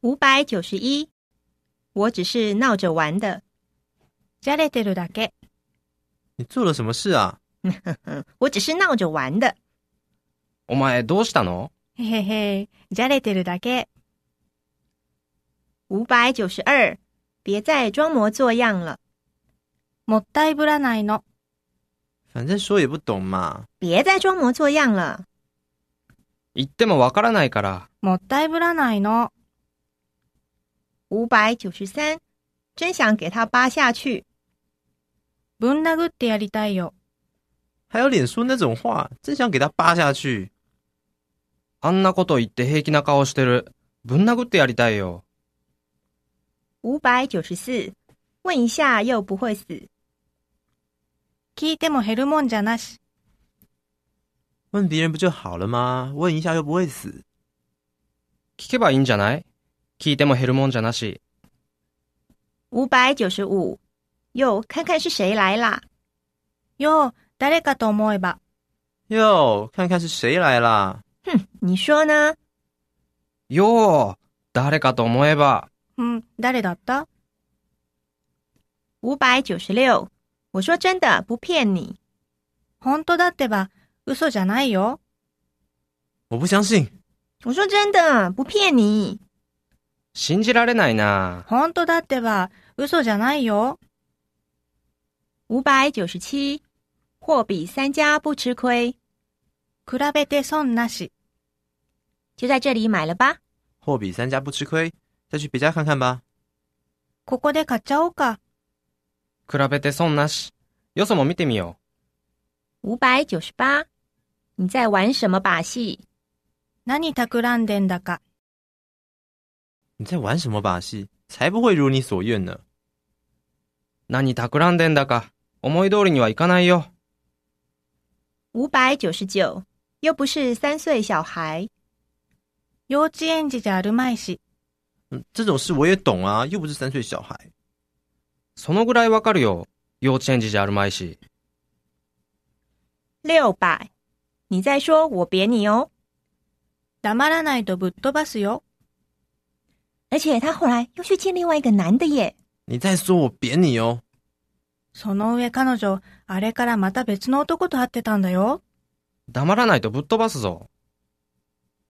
五百九十一，我只是闹着玩的。じゃれてるだけ。你做了什么事啊？嗯， 我只是闹着玩的。お前どうしたのへへへ。じゃれてるだけ。五百九十二，别再装模作样了，もったいぶらないの。反正说也不懂嘛。别再装模作样了。言ってもわからないから。もったいぶらないの。五百九十三，真想给他扒下去。ぶん殴ってやりたいよ。还有脸说那种话，真想给他扒下去。あんなこと言って平気な顔してる。ぶん殴ってやりたいよ。五百九十四，问一下又不会死。聞いても減るもんじゃなし。问别人不就好了吗？问一下又不会死。聞けばいいんじゃない聞いても減るもんじゃなし。五百九十五，又看看是谁来啦。よう、誰かと思えば。哟，看看是谁来啦！你说呢？よう、誰かと思えば。うん、嗯誰だった五百九十六，我说真的，不骗你。本当だってば、嘘じゃないよ。我不相信。我说真的，不骗你。信じられないな。本当だってば、嘘じゃないよ。五百九十七，货比三家不吃亏，比べて損なし。就在这里买了吧。货比三家不吃亏，再去别家看看吧。ここで買っちゃおうか。比べて損なし。よそも見てみよ五百九十八，你在玩什么把戏？何企んでんだか。你在玩什么把戏？才不会如你所愿呢！う。何企んでんだか。思い通りにはいかないよ。五百九十九，又不是三岁小孩。幼稚園児じゃあるまいし。嗯，这种事我也懂啊，又不是三岁小孩。そのぐらいわかるよ。幼稚園児じゃあるまいし。六百，你在说我扁你哦。黙らないとぶっ飛ばすよ。而且他后来又去见另外一个男的耶。你在说我扁你哦？その上彼女、あれからまた別の男と会ってたんだよ。黙らないとぶっ飛ばすぞ。